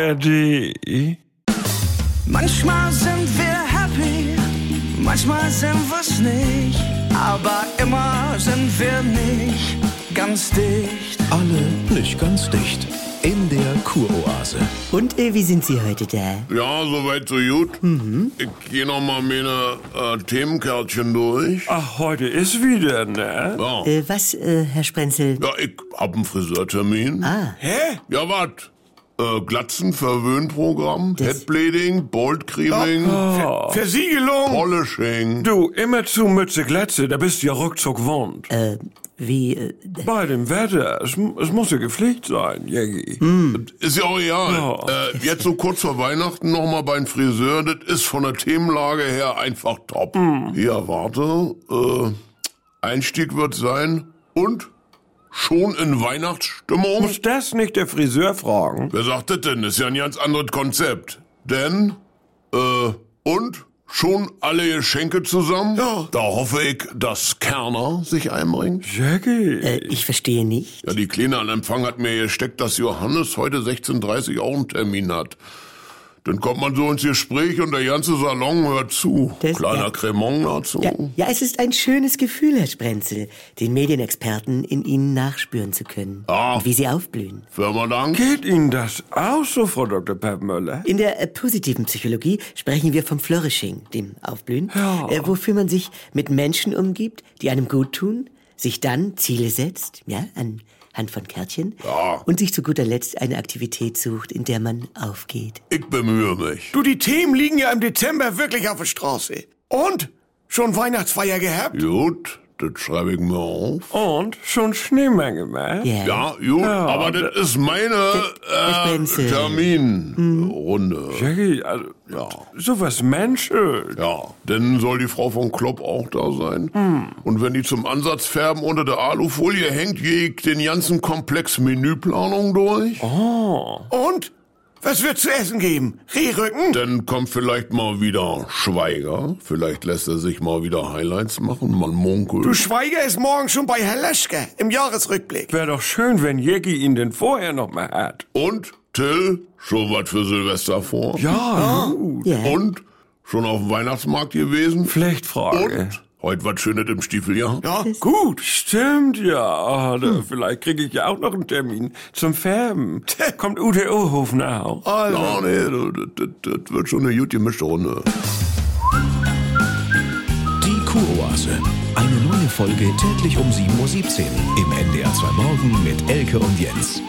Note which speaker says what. Speaker 1: ARD.
Speaker 2: Manchmal sind wir happy, manchmal sind wir's nicht, aber immer sind wir nicht ganz dicht.
Speaker 3: Alle nicht ganz dicht. In der Kuroase.
Speaker 4: Und äh, wie sind Sie heute da?
Speaker 5: Ja, soweit so gut.
Speaker 4: Mhm.
Speaker 5: Ich gehe noch mal meine äh, Themenkärtchen durch.
Speaker 1: Ach, heute ist wieder, ne?
Speaker 5: Ja,
Speaker 4: Äh, was, äh, Herr Sprenzel?
Speaker 5: ja ich hab einen Friseurtermin.
Speaker 4: Ah,
Speaker 5: Ja, wat? Äh, Glatzen, Verwöhnprogramm, Headbleeding, Boldcreaming,
Speaker 1: Versiegelung!
Speaker 5: Polishing.
Speaker 1: Du, immer zu Mütze Glatze, da bist du ja ruckzuck wund.
Speaker 4: äh, wie, äh,
Speaker 1: Bei dem Wetter, es, mu- es muss ja gepflegt sein, Jägi.
Speaker 6: Hm?
Speaker 5: Ist ja auch egal.
Speaker 1: Ja.
Speaker 5: Äh, jetzt so kurz vor Weihnachten noch mal beim Friseur. Das ist von der Themenlage her einfach top. Ja, warte. Äh, Einstieg wird sein. Und? Schon in Weihnachtsstimmung?
Speaker 1: Muss das nicht der Friseur fragen?
Speaker 5: Wer sagt das denn? Das ist ja ein ganz anderes Konzept. Denn, äh, und? Schon alle Geschenke zusammen? Ja. Da hoffe ich, dass Kerner sich einbringt.
Speaker 1: Jägi.
Speaker 4: äh, ich verstehe nicht.
Speaker 5: Ja, die Kleine an Empfang hat mir gesteckt, dass Johannes heute 16.30 Uhr auch einen Termin hat. Dann kommt man so ins Gespräch und der ganze Salon hört zu.
Speaker 4: Das-
Speaker 5: Kleiner
Speaker 4: ja.
Speaker 5: Cremon dazu.
Speaker 4: Ja, ja, es ist ein schönes Gefühl, Herr Sprenzel, den Medienexperten in Ihnen nachspüren zu können.
Speaker 5: Ah.
Speaker 4: Und wie Sie aufblühen.
Speaker 5: Firma Dank.
Speaker 1: Geht Ihnen das auch so, Frau Dr. Peppmöller?
Speaker 4: In der äh, positiven Psychologie sprechen wir vom Flourishing, dem Aufblühen, äh, wofür man sich mit Menschen umgibt, die einem gut tun, sich dann Ziele setzt, ja, anhand von Kärtchen, und sich zu guter Letzt eine Aktivität sucht, in der man aufgeht.
Speaker 5: Ich bemühe mich.
Speaker 6: Du, die Themen liegen ja im Dezember wirklich auf der Straße. Und? Schon Weihnachtsfeier gehabt?
Speaker 5: Gut, das schreibe ich mir auf.
Speaker 1: Und schon ne? Schneemann gemacht?
Speaker 4: Ja.
Speaker 5: Ja, gut, aber das ist meine äh,
Speaker 4: Benzel.
Speaker 5: Terminrunde.
Speaker 1: Jägi, also, sowas Menschen.
Speaker 5: Ja, denn soll die Frau von Klopp auch da sein. Und wenn die zum Ansatz färben unter der Alufolie hängt, gehe ich den ganzen Komplex Menüplanung durch.
Speaker 6: Und? Was wird zu essen geben? Rehrücken?
Speaker 5: Dann kommt vielleicht mal wieder Schweiger. Vielleicht lässt er sich mal wieder Highlights machen. Man munkelt.
Speaker 6: Du Schweiger ist morgen schon bei Herr Leschke im Jahresrückblick.
Speaker 1: Wäre doch schön, wenn Jägi ihn denn vorher noch mal hat.
Speaker 5: Und Till, schon was für Silvester vor.
Speaker 1: Ja, gut.
Speaker 4: Ja.
Speaker 5: Und schon auf dem Weihnachtsmarkt gewesen.
Speaker 1: Pflichtfrage.
Speaker 5: Und heute was Schönes im Stiefel, ja?
Speaker 6: Ja, gut.
Speaker 1: Stimmt, ja. Oh, da, Vielleicht kriege ich ja auch noch einen Termin zum Färben. Kommt Ute Ohofner auch.
Speaker 5: Ja, nee, das, das, das wird schon eine ne? gut gemischte Runde.
Speaker 3: Die Kuroase. Eine neue Folge täglich um 7.17 Uhr im NDR 2 Morgen mit Elke und Jens.